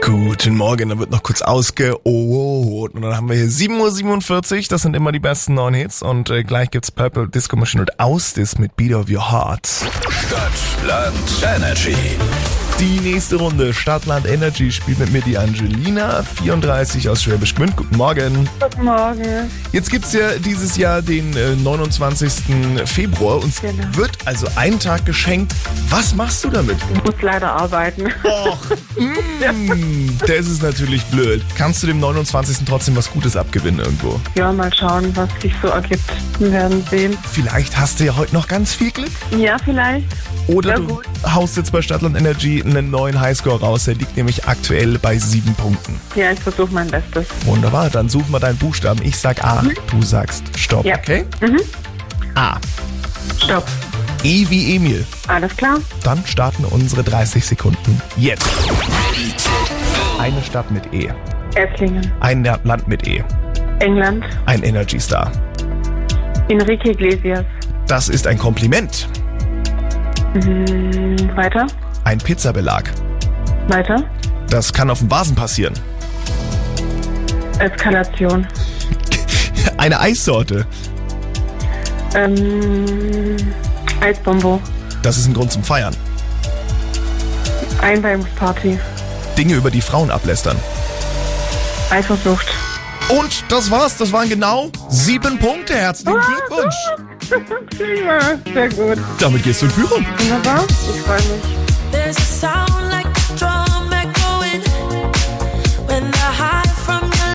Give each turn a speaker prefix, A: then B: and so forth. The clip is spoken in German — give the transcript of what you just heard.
A: Guten Morgen, da wird noch kurz ausge... Oh, und dann haben wir hier 7.47 Uhr, das sind immer die besten neuen Hits. Und äh, gleich gibt's Purple Disco Machine und Ausdis mit Beat of Your Heart.
B: Stadtland Energy.
A: Die nächste Runde, Stadtland Energy, spielt mit mir die Angelina, 34 aus Schwäbisch Gmünd. Guten Morgen.
C: Guten Morgen.
A: Jetzt gibt's ja dieses Jahr den äh, 29. Februar. Uns
C: Genau.
A: wird also ein Tag geschenkt. Was machst du damit?
C: Ich muss leider arbeiten.
A: Och, mm, das ist natürlich blöd. Kannst du dem 29. trotzdem was Gutes abgewinnen irgendwo?
C: Ja, mal schauen, was sich so ergibt. Wir werden sehen.
A: Vielleicht hast du ja heute noch ganz viel Glück.
C: Ja, vielleicht.
A: Oder
C: Ja,
A: du
C: gut.
A: haust jetzt bei Stadtland Energy einen neuen Highscore raus. Der liegt nämlich aktuell bei sieben Punkten.
C: Ja, ich versuche mein Bestes.
A: Wunderbar, dann such mal deinen Buchstaben. Ich sag A, du sagst Stopp,
C: Mhm. Ja. Mhm.
A: okay? A.
C: Stopp.
A: E wie Emil.
C: Alles klar?
A: Dann starten unsere 30 Sekunden jetzt. Eine Stadt mit E.
C: Esslingen.
A: Ein Land mit E.
C: England.
A: Ein Energy Star.
C: Enrique Iglesias.
A: Das ist ein Kompliment.
C: Hm, Weiter.
A: Ein Pizzabelag.
C: Weiter.
A: Das kann auf dem Vasen passieren.
C: Eskalation.
A: Eine Eissorte.
C: Ähm, Eisbombo.
A: Das ist ein Grund zum Feiern.
C: Einweihungsparty.
A: Dinge über die Frauen ablästern.
C: Eifersucht.
A: Und das war's. Das waren genau sieben Punkte. Herzlichen Glückwunsch.
C: Prima. Sehr gut.
A: Damit gehst du in Führung.
C: Wunderbar. Ich freue mich.
D: There's a sound